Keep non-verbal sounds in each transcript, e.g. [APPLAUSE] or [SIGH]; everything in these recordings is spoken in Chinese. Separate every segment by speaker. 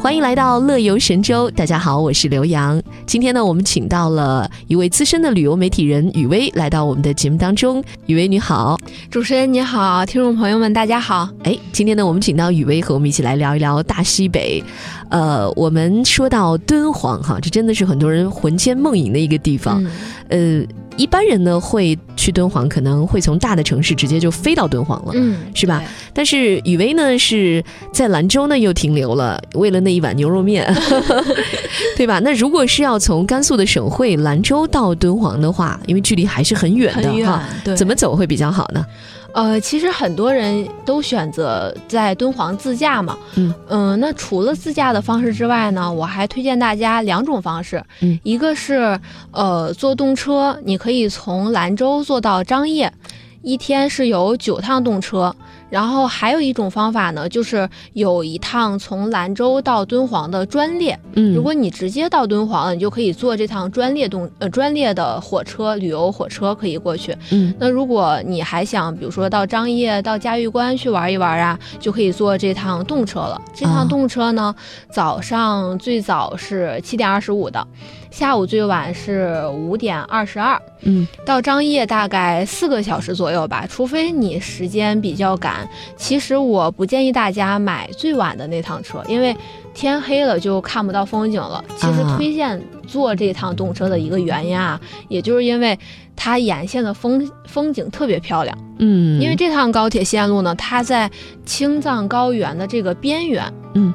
Speaker 1: 欢迎来到乐游神州，大家好，我是刘洋。今天呢，我们请到了一位资深的旅游媒体人雨薇来到我们的节目当中。雨薇你好，
Speaker 2: 主持人你好，听众朋友们大家好。
Speaker 1: 哎，今天呢，我们请到雨薇和我们一起来聊一聊大西北。呃，我们说到敦煌哈，这真的是很多人魂牵梦萦的一个地方。
Speaker 2: 嗯
Speaker 1: 呃，一般人呢会去敦煌，可能会从大的城市直接就飞到敦煌了。
Speaker 2: 嗯，
Speaker 1: 是吧？但是雨薇呢是在兰州呢又停留了，为了那一碗牛肉面， [LAUGHS] 对吧？那如果是要从甘肃的省会兰州到敦煌的话，因为距离还是很远的
Speaker 2: 很远
Speaker 1: 哈，，
Speaker 2: 对，
Speaker 1: 怎么走会比较好呢？
Speaker 2: 呃，其实很多人都选择在敦煌自驾嘛。
Speaker 1: 嗯
Speaker 2: 呃那除了自驾的方式之外呢，我还推荐大家两种方式。
Speaker 1: 嗯
Speaker 2: 一个是呃坐动车，你可以从兰州坐到张掖，一天是有九趟动车。然后还有一种方法呢，就是有一趟从兰州到敦煌的专列。
Speaker 1: 嗯，
Speaker 2: 如果你直接到敦煌了，你就可以坐这趟专列动呃专列的火车旅游火车可以过去。
Speaker 1: 嗯
Speaker 2: 那如果你还想，比如说到张掖、到嘉峪关去玩一玩啊，就可以坐这趟动车了。这
Speaker 1: 啊
Speaker 2: 趟动车呢，早上最早是七点二十五的，下午最晚是五点二十二。
Speaker 1: 嗯
Speaker 2: 到张掖大概四个小时左右吧，除非你时间比较赶。其实我不建议大家买最晚的那趟车，因为天黑了就看不到风景了。其实
Speaker 1: 啊
Speaker 2: 推荐坐这趟动车的一个原因啊，也就是因为它沿线的风风景特别漂亮。
Speaker 1: 嗯，
Speaker 2: 因为这趟高铁线路呢，它在青藏高原的这个边缘，
Speaker 1: 嗯，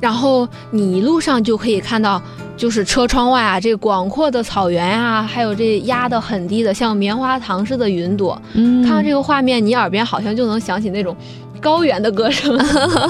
Speaker 2: 然后你一路上就可以看到，就是车窗外啊，这广阔的草原啊，还有这压得很低的像棉花糖似的云朵，
Speaker 1: 嗯
Speaker 2: 看到这个画面，你耳边好像就能响起那种高原的歌声，
Speaker 1: 嗯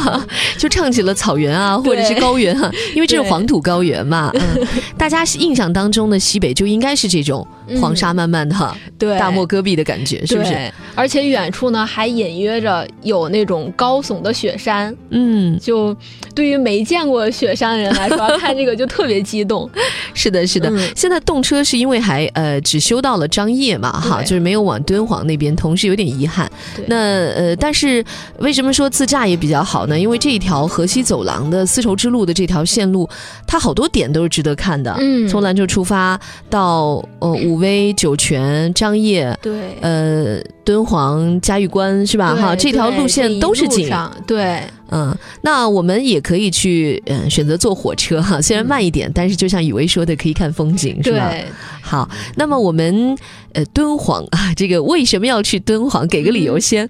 Speaker 1: 就唱起了草原啊，或者是
Speaker 2: 对
Speaker 1: 高原
Speaker 2: [LAUGHS]
Speaker 1: 啊，因为这是
Speaker 2: 对
Speaker 1: 黄土高原嘛。嗯，大家是印象当中的西北就应该是这种黄沙漫漫的哈、
Speaker 2: 嗯，对，
Speaker 1: 大漠。戈壁的感觉，是不是？
Speaker 2: 对？而且远处呢，还隐约着有那种高耸的雪山，
Speaker 1: 嗯。
Speaker 2: 就对于没见过雪山的人来
Speaker 1: [LAUGHS]
Speaker 2: 说，看这个就特别激动。
Speaker 1: 是的，是的。
Speaker 2: 嗯
Speaker 1: 现在动车是因为还呃只修到了张掖嘛，哈，
Speaker 2: 对
Speaker 1: 就是没有往敦煌那边通，是有点遗憾
Speaker 2: 对。
Speaker 1: 那呃，但是为什么说自驾也比较好呢？因为这一条河西走廊的丝绸之路的这条线路，它好多点都是值得看的。
Speaker 2: 嗯
Speaker 1: 啊从兰州出发到呃武威、酒泉、张掖。
Speaker 2: 对，
Speaker 1: 呃，敦煌、嘉峪关是吧？
Speaker 2: 对
Speaker 1: 啊哈，这条
Speaker 2: 对
Speaker 1: 路
Speaker 2: 这
Speaker 1: 线
Speaker 2: 一
Speaker 1: 都是
Speaker 2: 路
Speaker 1: 景，
Speaker 2: 上对，
Speaker 1: 嗯，那我们也可以去，嗯，选择坐火车哈，虽然慢一点，但是就像雨薇说的，可以看风景，是吧？
Speaker 2: 嗯对，
Speaker 1: 好，那么我们呃，敦煌啊，这个为什么要去敦煌？给个理由
Speaker 2: [LAUGHS]
Speaker 1: 先。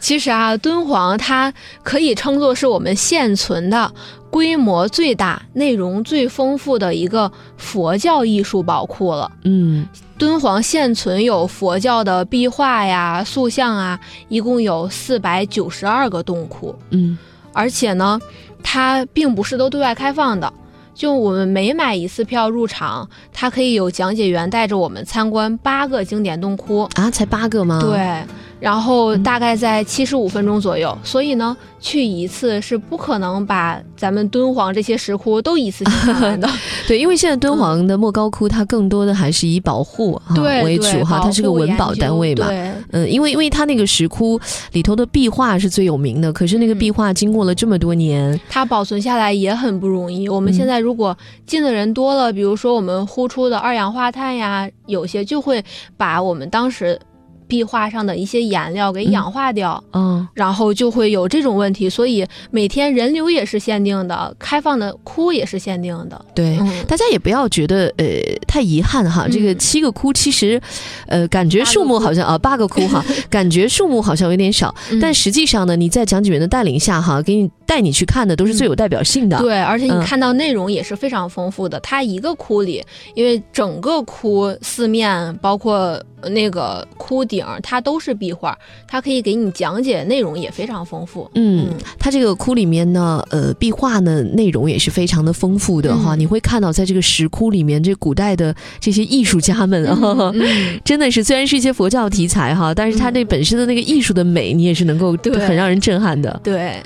Speaker 2: 其实啊，敦煌它可以称作是我们现存的规模最大、内容最丰富的一个佛教艺术宝库了。
Speaker 1: 嗯
Speaker 2: 敦煌现存有佛教的壁画呀、塑像啊，一共有四百九十二个洞窟，
Speaker 1: 嗯
Speaker 2: 而且呢，它并不是都对外开放的。就我们每买一次票入场，它可以有讲解员带着我们参观八个经典洞窟，
Speaker 1: 啊，才八个吗？，
Speaker 2: 对，然后大概在七十五分钟左右，所以呢，去一次是不可能把咱们敦煌这些石窟都一次性看
Speaker 1: [LAUGHS]
Speaker 2: 完的。
Speaker 1: 对，因为现在敦煌的莫高窟，它更多的还是以保护哈
Speaker 2: 对，
Speaker 1: 为
Speaker 2: 对
Speaker 1: 主哈，它是个
Speaker 2: 保护
Speaker 1: 文
Speaker 2: 研
Speaker 1: 保
Speaker 2: 究
Speaker 1: 单位嘛。
Speaker 2: 对，
Speaker 1: 嗯，因为因为它那个石窟里头的壁画是最有名的，可是那个
Speaker 2: 嗯
Speaker 1: 壁画经过了这么多年，
Speaker 2: 它保存下来也很不容易。我们
Speaker 1: 嗯
Speaker 2: 现在如果进的人多了，比如说我们呼出的二氧化碳呀，有些就会把我们当时壁画上的一些颜料给
Speaker 1: 嗯
Speaker 2: 氧化掉。
Speaker 1: 嗯，
Speaker 2: 然后就会有这种问题，所以每天人流也是限定的，开放的窟也是限定的。
Speaker 1: 对，
Speaker 2: 嗯，
Speaker 1: 大家也不要觉得呃太遗憾哈，
Speaker 2: 嗯
Speaker 1: 这个七个窟其实，呃，感觉数目好像啊八个窟
Speaker 2: [LAUGHS]
Speaker 1: 哈，感觉数目好像有点少，
Speaker 2: 嗯
Speaker 1: 但实际上呢，你在讲解员的带领下哈，给你带你去看的都是最有代表性的。
Speaker 2: 对，而且
Speaker 1: 嗯
Speaker 2: 你看到内容也是非常丰富的。它一个窟里，因为整个窟四面包括那个窟顶，它都是壁画，它可以给你讲解内容也非常丰富。
Speaker 1: 嗯，它这个窟里面呢，呃，壁画呢内容也是非常的丰富的哈，
Speaker 2: 嗯
Speaker 1: 你会看到在这个石窟里面，这古代的这些艺术家们啊。
Speaker 2: 嗯嗯
Speaker 1: [LAUGHS] 真的是，虽然是一些佛教题材哈，但是它
Speaker 2: 嗯
Speaker 1: 对本身的那个艺术的美，你也是能够
Speaker 2: 对
Speaker 1: 很让人震撼的。
Speaker 2: 对，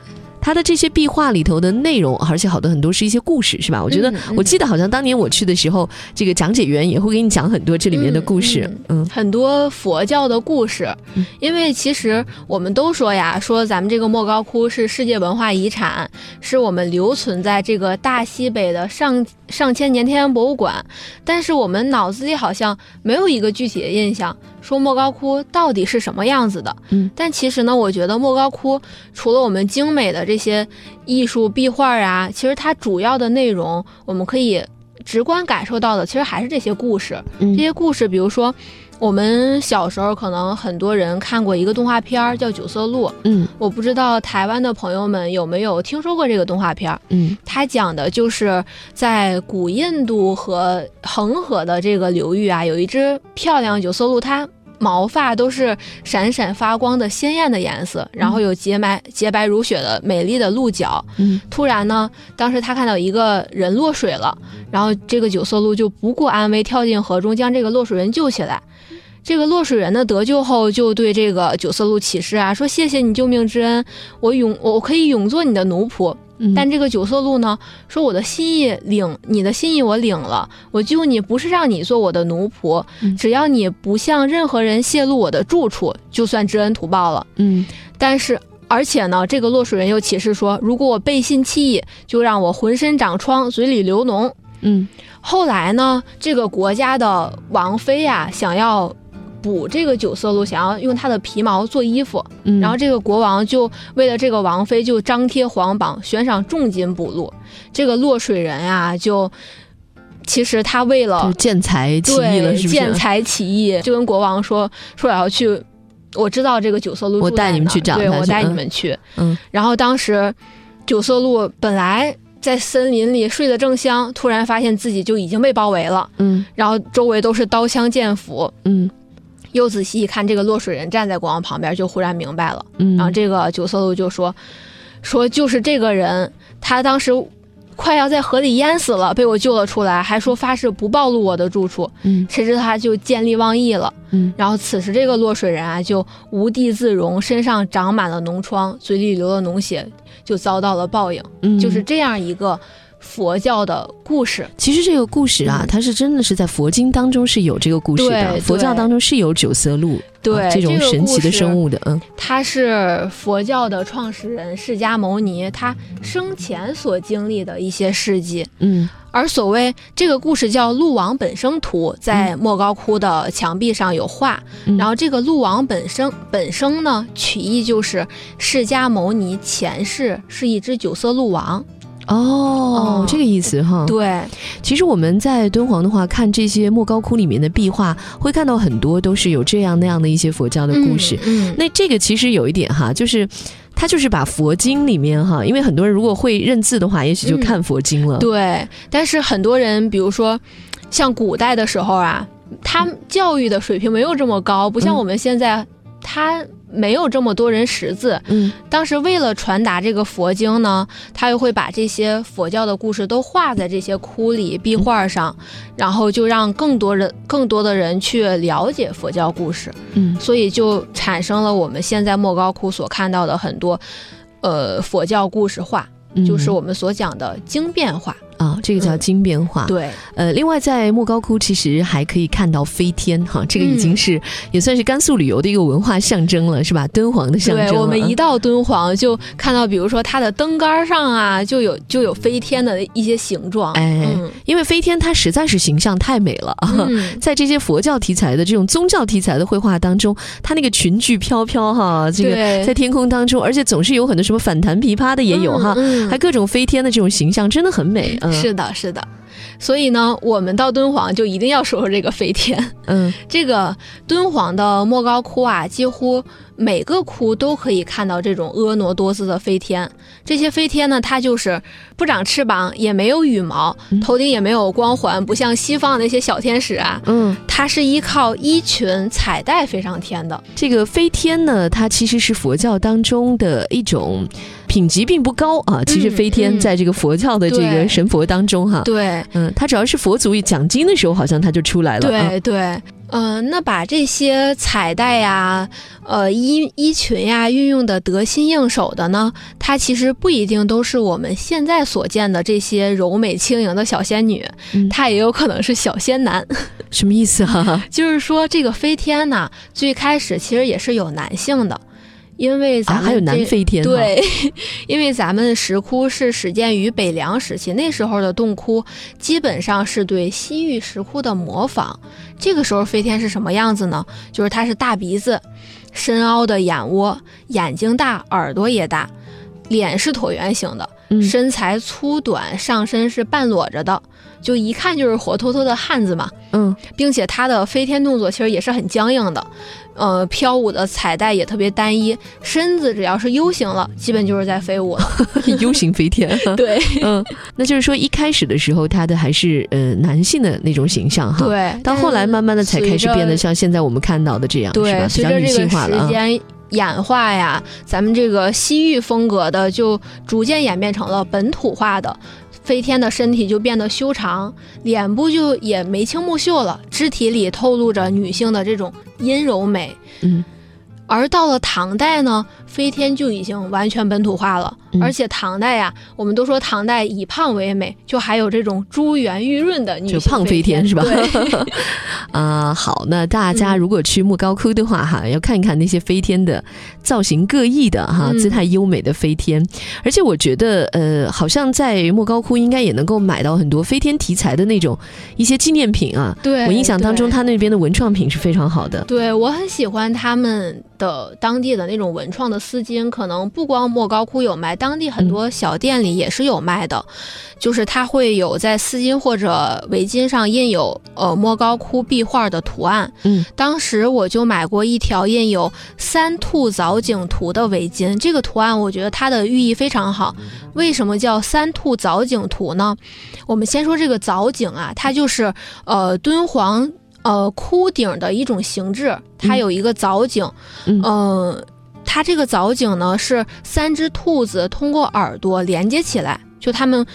Speaker 1: 它的这些壁画里头的内容，而且好多很多是一些故事，是吧？我觉得、
Speaker 2: 嗯嗯
Speaker 1: 我记得好像当年我去的时候，这个讲解员也会给你讲很多这里面的故事。嗯
Speaker 2: 很多佛教的故事
Speaker 1: 嗯，
Speaker 2: 因为其实我们都说呀，说咱们这个莫高窟是世界文化遗产，是我们留存在这个大西北的上上千年天然博物馆，但是我们脑子里好像没有一个具体的印象，说莫高窟到底是什么样子的。
Speaker 1: 嗯，
Speaker 2: 但其实呢，我觉得莫高窟除了我们精美的这些艺术壁画啊，其实它主要的内容，我们可以直观感受到的，其实还是这些故事。
Speaker 1: 嗯
Speaker 2: 这些故事，比如说我们小时候可能很多人看过一个动画片儿叫《九色鹿》，
Speaker 1: 嗯
Speaker 2: 我不知道台湾的朋友们有没有听说过这个动画片儿。
Speaker 1: 嗯
Speaker 2: 它讲的就是在古印度和恒河的这个流域啊，有一只漂亮九色鹿，它。毛发都是闪闪发光的鲜艳的颜色，然后有洁白洁白如雪的美丽的鹿角，
Speaker 1: 嗯
Speaker 2: 突然呢，当时他看到一个人落水了，然后这个九色鹿就不顾安危跳进河中，将这个落水人救起来。这个落水人呢得救后，就对这个九色鹿起誓啊，说谢谢你救命之恩，我永我可以永做你的奴仆。
Speaker 1: 嗯，
Speaker 2: 但这个九色鹿呢，说我的心意领你的心意我领了，我救你不是让你做我的奴仆
Speaker 1: 嗯，
Speaker 2: 只要你不向任何人泄露我的住处，就算知恩图报了。
Speaker 1: 嗯
Speaker 2: 但是，而且呢，这个落水人又启示说，如果我背信弃义，就让我浑身长疮，嘴里流脓。
Speaker 1: 嗯
Speaker 2: 后来呢，这个国家的王妃呀、想要补这个九色鹿，想要用它的皮毛做衣服，
Speaker 1: 嗯，
Speaker 2: 然后这个国王就为了这个王妃就张贴皇榜，悬赏重金补鹿。这个落水人啊，就其实他为了
Speaker 1: 就是见财起
Speaker 2: 对，
Speaker 1: 义了，是不是？
Speaker 2: 见财起义，就跟国王说说我要去，我知道这个九色鹿
Speaker 1: 我
Speaker 2: 住在哪儿，
Speaker 1: 带你们去找
Speaker 2: 对
Speaker 1: 它
Speaker 2: 我
Speaker 1: 去
Speaker 2: 带
Speaker 1: 嗯
Speaker 2: 你们去。
Speaker 1: 嗯，
Speaker 2: 然后当时九色鹿本来在森林里睡得正香，突然发现自己就已经被包围了，
Speaker 1: 嗯
Speaker 2: 然后周围都是刀枪剑斧。
Speaker 1: 嗯
Speaker 2: 又仔细一看，这个落水人站在国王旁边，就忽然明白了。
Speaker 1: 嗯，
Speaker 2: 然后这个九色鹿就说：“说就是这个人，他当时快要在河里淹死了，被我救了出来，还说发誓不暴露我的住处。
Speaker 1: 嗯
Speaker 2: 谁知他就见利忘义了。
Speaker 1: 嗯
Speaker 2: 然后此时这个落水人啊，就无地自容，身上长满了脓疮，嘴里流了脓血，就遭到了报应。
Speaker 1: 嗯
Speaker 2: 就是这样一个佛教的故事。
Speaker 1: 其实这个故事啊，
Speaker 2: 嗯
Speaker 1: 它是真的是在佛经当中是有这个故事的，
Speaker 2: 对
Speaker 1: 佛教
Speaker 2: 对
Speaker 1: 当中是有九色鹿
Speaker 2: 对，
Speaker 1: 啊这种神奇的生
Speaker 2: 物，
Speaker 1: 物的，嗯
Speaker 2: 他是佛教的创始人释迦牟尼他生前所经历的一些事迹。
Speaker 1: 嗯
Speaker 2: 而所谓这个故事叫《鹿王本生图》，在莫高窟的墙壁上有画。
Speaker 1: 嗯
Speaker 2: 然后这个鹿王本生本生呢，取意就是释迦牟尼前世是一只九色鹿王。
Speaker 1: 哦
Speaker 2: 哦
Speaker 1: 这个意思哈。
Speaker 2: 对，
Speaker 1: 其实我们在敦煌的话，看这些莫高窟里面的壁画，会看到很多都是有这样那样的一些佛教的故事。
Speaker 2: 嗯，
Speaker 1: 那这个其实有一点哈，就是。它就是把佛经里面哈，因为很多人如果会认字的话，也许就
Speaker 2: 嗯
Speaker 1: 看佛经了。
Speaker 2: 对。但是很多人，比如说像古代的时候啊，他们教育的水平没有这么高，不像
Speaker 1: 嗯
Speaker 2: 我们现在，他没有这么多人识字。
Speaker 1: 嗯
Speaker 2: 当时为了传达这个佛经呢，他又会把这些佛教的故事都画在这些窟里壁画上，然后就让更多人、更多的人去了解佛教故事，
Speaker 1: 嗯
Speaker 2: 所以就产生了我们现在莫高窟所看到的很多，呃，佛教故事画，
Speaker 1: 嗯，
Speaker 2: 就是我们所讲的经变画。
Speaker 1: 啊，这个叫经变化。
Speaker 2: 对，
Speaker 1: 呃，另外在莫高窟其实还可以看到飞天哈，这个
Speaker 2: 嗯
Speaker 1: 已经是、也算是甘肃旅游的一个文化象征了，是吧？敦煌的象征
Speaker 2: 对
Speaker 1: 了。啊
Speaker 2: 我们一到敦煌就看到，比如说它的灯杆上啊，就有就有飞天的一些形状。
Speaker 1: 哎
Speaker 2: 嗯
Speaker 1: 因为飞天它实在是形象太美了啊。
Speaker 2: 嗯，
Speaker 1: [LAUGHS] 在这些佛教题材的这种宗教题材的绘画当中，它那个群聚飘飘哈，这个
Speaker 2: 对
Speaker 1: 在天空当中，而且总是有很多什么反弹琵琶的也有哈，
Speaker 2: 嗯嗯
Speaker 1: 还各种飞天的这种形象，真的很美。嗯，
Speaker 2: 是的，是的。所以呢，我们到敦煌就一定要说说这个飞天。 [LAUGHS]
Speaker 1: 嗯
Speaker 2: 这个敦煌的莫高窟啊，几乎每个窟都可以看到这种婀娜多姿的飞天。这些飞天呢，它就是不长翅膀，也没有羽毛
Speaker 1: 嗯，
Speaker 2: 头顶也没有光环，不像西方那些小天使啊，
Speaker 1: 嗯，
Speaker 2: 它是依靠衣裙、彩带飞上天的。
Speaker 1: 这个飞天呢，它其实是佛教当中的一种品级并不高啊。其实飞天
Speaker 2: 嗯
Speaker 1: 在这个佛教的这个
Speaker 2: 对
Speaker 1: 神佛当中哈，
Speaker 2: 对，
Speaker 1: 嗯，它主要是佛祖讲经的时候，好像它就出来了啊。
Speaker 2: 对对，嗯、那把这些彩带呀、呃衣衣裙呀运用的得心应手的呢，它其实不一定都是我们现在所见的这些柔美轻盈的小仙女，
Speaker 1: 嗯
Speaker 2: 它也有可能是小仙男。 [LAUGHS]
Speaker 1: 什么意思 [LAUGHS] 啊？
Speaker 2: 就是说，这个飞天呐，最开始其实也是有男性的，因为咱
Speaker 1: 啊，
Speaker 2: 们、
Speaker 1: 还有南。飞天、啊，，
Speaker 2: 对， [LAUGHS] 因为咱们石窟是始建于北凉时期，那时候的洞窟基本上是对西域石窟的模仿。这个时候飞天是什么样子呢？就是它是大鼻子，深凹的眼窝，眼睛大，耳朵也大，脸是椭圆形的，
Speaker 1: 嗯，
Speaker 2: 身材粗短，上身是半裸着的，就一看就是活脱脱的汉子嘛。
Speaker 1: 嗯，
Speaker 2: 并且它的飞天动作其实也是很僵硬的，呃，飘舞的彩带也特别单一，身子只要是 U 型了，基本就是在飞舞
Speaker 1: [LAUGHS]
Speaker 2: 了。
Speaker 1: U 型飞天，
Speaker 2: [LAUGHS] 对
Speaker 1: 嗯，那就是说一开始的时候，他的还是呃男性的那种形象哈。。
Speaker 2: 对，
Speaker 1: [LAUGHS] 到后来慢慢的才开始变得像现在我们看到的这样，是
Speaker 2: 对，
Speaker 1: 吧？比
Speaker 2: 随
Speaker 1: 较
Speaker 2: 着
Speaker 1: 女
Speaker 2: 这
Speaker 1: 性
Speaker 2: 个
Speaker 1: 化了
Speaker 2: 时
Speaker 1: 啊。
Speaker 2: 间。演化呀，咱们这个西域风格的就逐渐演变成了本土化的，飞天的身体就变得修长，脸部就也眉清目秀了，肢体里透露着女性的这种阴柔美。
Speaker 1: 嗯，
Speaker 2: 而到了唐代呢，飞天就已经完全本土化
Speaker 1: 嗯
Speaker 2: 了。而且唐代呀、我们都说唐代以胖为美，就还有这种珠圆玉润的女性
Speaker 1: 就胖
Speaker 2: 飞
Speaker 1: 飞天是吧
Speaker 2: 对
Speaker 1: [LAUGHS] 啊、好，那大家
Speaker 2: 嗯
Speaker 1: 如果去莫高窟的话，哈，要看一看那些飞天的造型各异的哈，
Speaker 2: 嗯
Speaker 1: 姿态优美的飞天。而且我觉得，呃，好像在莫高窟应该也能够买到很多飞天题材的那种一些纪念品啊。 [LAUGHS]
Speaker 2: 对，
Speaker 1: 我印象当中，
Speaker 2: 对
Speaker 1: 他那边的文创品是非常好的。
Speaker 2: 对我很喜欢他们的当地的那种文创的丝巾，可能不光莫高窟有卖，当地很多
Speaker 1: 嗯
Speaker 2: 小店里也是有卖的。就是它会有在丝巾或者围巾上印有呃莫高窟壁画的图案。
Speaker 1: 嗯，
Speaker 2: 当时我就买过一条印有三兔藻井图的围巾，这个图案我觉得它的寓意非常好。为什么叫三兔藻井图呢？我们先说这个藻井啊，它就是呃敦煌呃窟顶的一种形制，它
Speaker 1: 嗯
Speaker 2: 有一个藻井，
Speaker 1: 嗯
Speaker 2: 呃它这个藻井呢是三只兔子通过耳朵连接起来，就它们。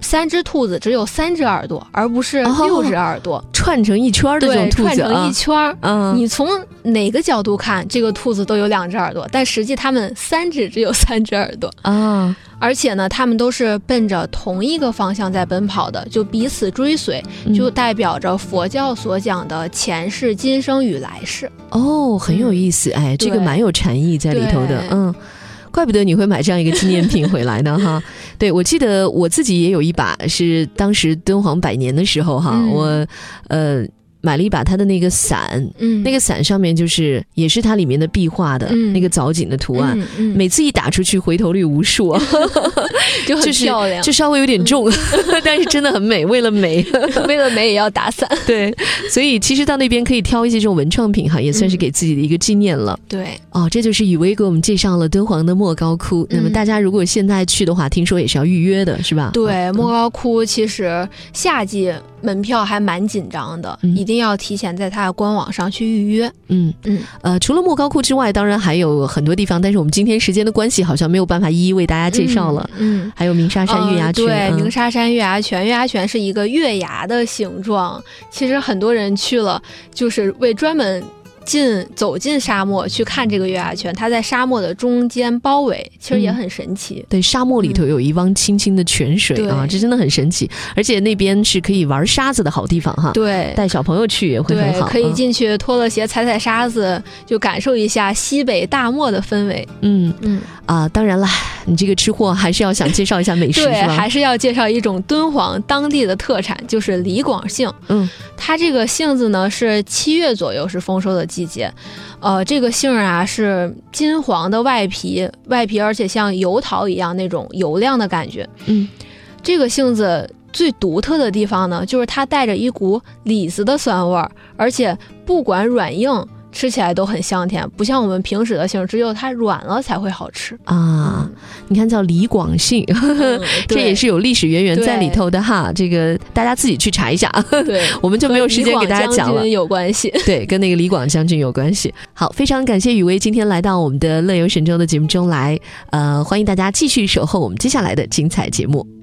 Speaker 2: 三只兔子只有三只耳朵，而不是六只耳朵。
Speaker 1: 串成一圈儿哦的这种
Speaker 2: 对，
Speaker 1: 兔
Speaker 2: 串
Speaker 1: 子
Speaker 2: 成一
Speaker 1: 啊，
Speaker 2: 圈儿。
Speaker 1: 嗯，
Speaker 2: 你从哪个角度看，这个兔子都有两只耳朵，但实际它们三只只有三只耳朵，
Speaker 1: 啊，
Speaker 2: 而且呢，它们都是奔着同一个方向在奔跑的，就彼此追随，
Speaker 1: 嗯
Speaker 2: 就代表着佛教所讲的前世、今生与来世。
Speaker 1: 哦，很有意思，哎，这个
Speaker 2: 对
Speaker 1: 蛮有禅意在里头的
Speaker 2: 对，
Speaker 1: 嗯。怪不得你会买这样一个纪念品回来呢，
Speaker 2: [LAUGHS]
Speaker 1: 哈！对，我记得我自己也有一把，是当时敦煌百年的时候，哈，
Speaker 2: 嗯
Speaker 1: 我呃买了一把它的那个伞，
Speaker 2: 嗯，
Speaker 1: 那
Speaker 2: 个
Speaker 1: 个伞上面就是也是它里面的壁画的、
Speaker 2: 嗯
Speaker 1: 那个藻井的图案，，
Speaker 2: 嗯，
Speaker 1: 每次一打出去回头率无
Speaker 2: [LAUGHS]
Speaker 1: 数，
Speaker 2: 就很
Speaker 1: 就是
Speaker 2: 漂亮，
Speaker 1: 就稍微有点
Speaker 2: [LAUGHS]
Speaker 1: 重，
Speaker 2: 啊
Speaker 1: 但是真的很美，为了美，
Speaker 2: 为了美也要打伞。
Speaker 1: 对，所以其实到那边可以挑一些这种文创品哈，也算是
Speaker 2: 嗯
Speaker 1: 给自己的一个纪念了。
Speaker 2: 对，
Speaker 1: 哦，这就是雨薇给我们介绍了敦煌的莫高窟。那么
Speaker 2: 嗯
Speaker 1: 大家如果现在去的话，听说也是要预约的，是吧？啊
Speaker 2: 对，莫高窟其实夏季门票还蛮紧张的，
Speaker 1: 嗯
Speaker 2: 一定要提前在它的官网上去预约。
Speaker 1: 嗯嗯
Speaker 2: 嗯
Speaker 1: 呃，除了莫高窟之外，当然还有很多地方，但是我们今天时间的关系，好像没有办法一一为大家介绍了。
Speaker 2: 嗯，嗯。
Speaker 1: 还有鸣沙山月牙泉，
Speaker 2: 嗯对，鸣
Speaker 1: 嗯
Speaker 2: 沙山月牙泉，月牙泉是一个月牙的形状。其实很多人去了，就是为专门进走进沙漠去看这个月牙泉，它在沙漠的中间包围，其实也
Speaker 1: 嗯
Speaker 2: 很神奇。
Speaker 1: 对，沙漠里头有一汪清清的泉水啊，
Speaker 2: 嗯对
Speaker 1: 这真的很神奇。而且那边是可以玩沙子的好地方哈，
Speaker 2: 对，
Speaker 1: 带小朋友去嗯也会
Speaker 2: 对
Speaker 1: 很好。，
Speaker 2: 可以
Speaker 1: 嗯
Speaker 2: 进去脱了鞋踩踩沙子，就感受一下西北大漠的氛围。
Speaker 1: 嗯
Speaker 2: 嗯，
Speaker 1: 啊、当然啦，你这个吃货还是要想介绍一下美食
Speaker 2: 对，
Speaker 1: 是吧？
Speaker 2: 还是要介绍一种敦煌当地的特产，就是李广杏。
Speaker 1: 嗯，
Speaker 2: 它这个杏子呢是七月左右是丰收的季节，呃，这个杏儿啊是金黄的外皮，外皮而且像油桃一样那种油亮的感觉。
Speaker 1: 嗯，
Speaker 2: 这个杏子最独特的地方呢，就是它带着一股李子的酸味儿，而且不管软硬。吃起来都很香甜，不像我们平时的杏儿，只有它软了才会好吃。
Speaker 1: 啊，你看叫李广信， [LAUGHS]
Speaker 2: 嗯，
Speaker 1: 这也
Speaker 2: 对
Speaker 1: 是有历史渊源在里
Speaker 2: 对
Speaker 1: 头的哈，这个大家自己去查一下， [LAUGHS]
Speaker 2: 对，
Speaker 1: 我们就没有时间给大家讲了。
Speaker 2: 有关系。
Speaker 1: 对，跟那个李广将军有关系。好，非常感谢雨薇今天来到我们的乐游神州的节目中来，呃，欢迎大家继续守候我们接下来的精彩节目。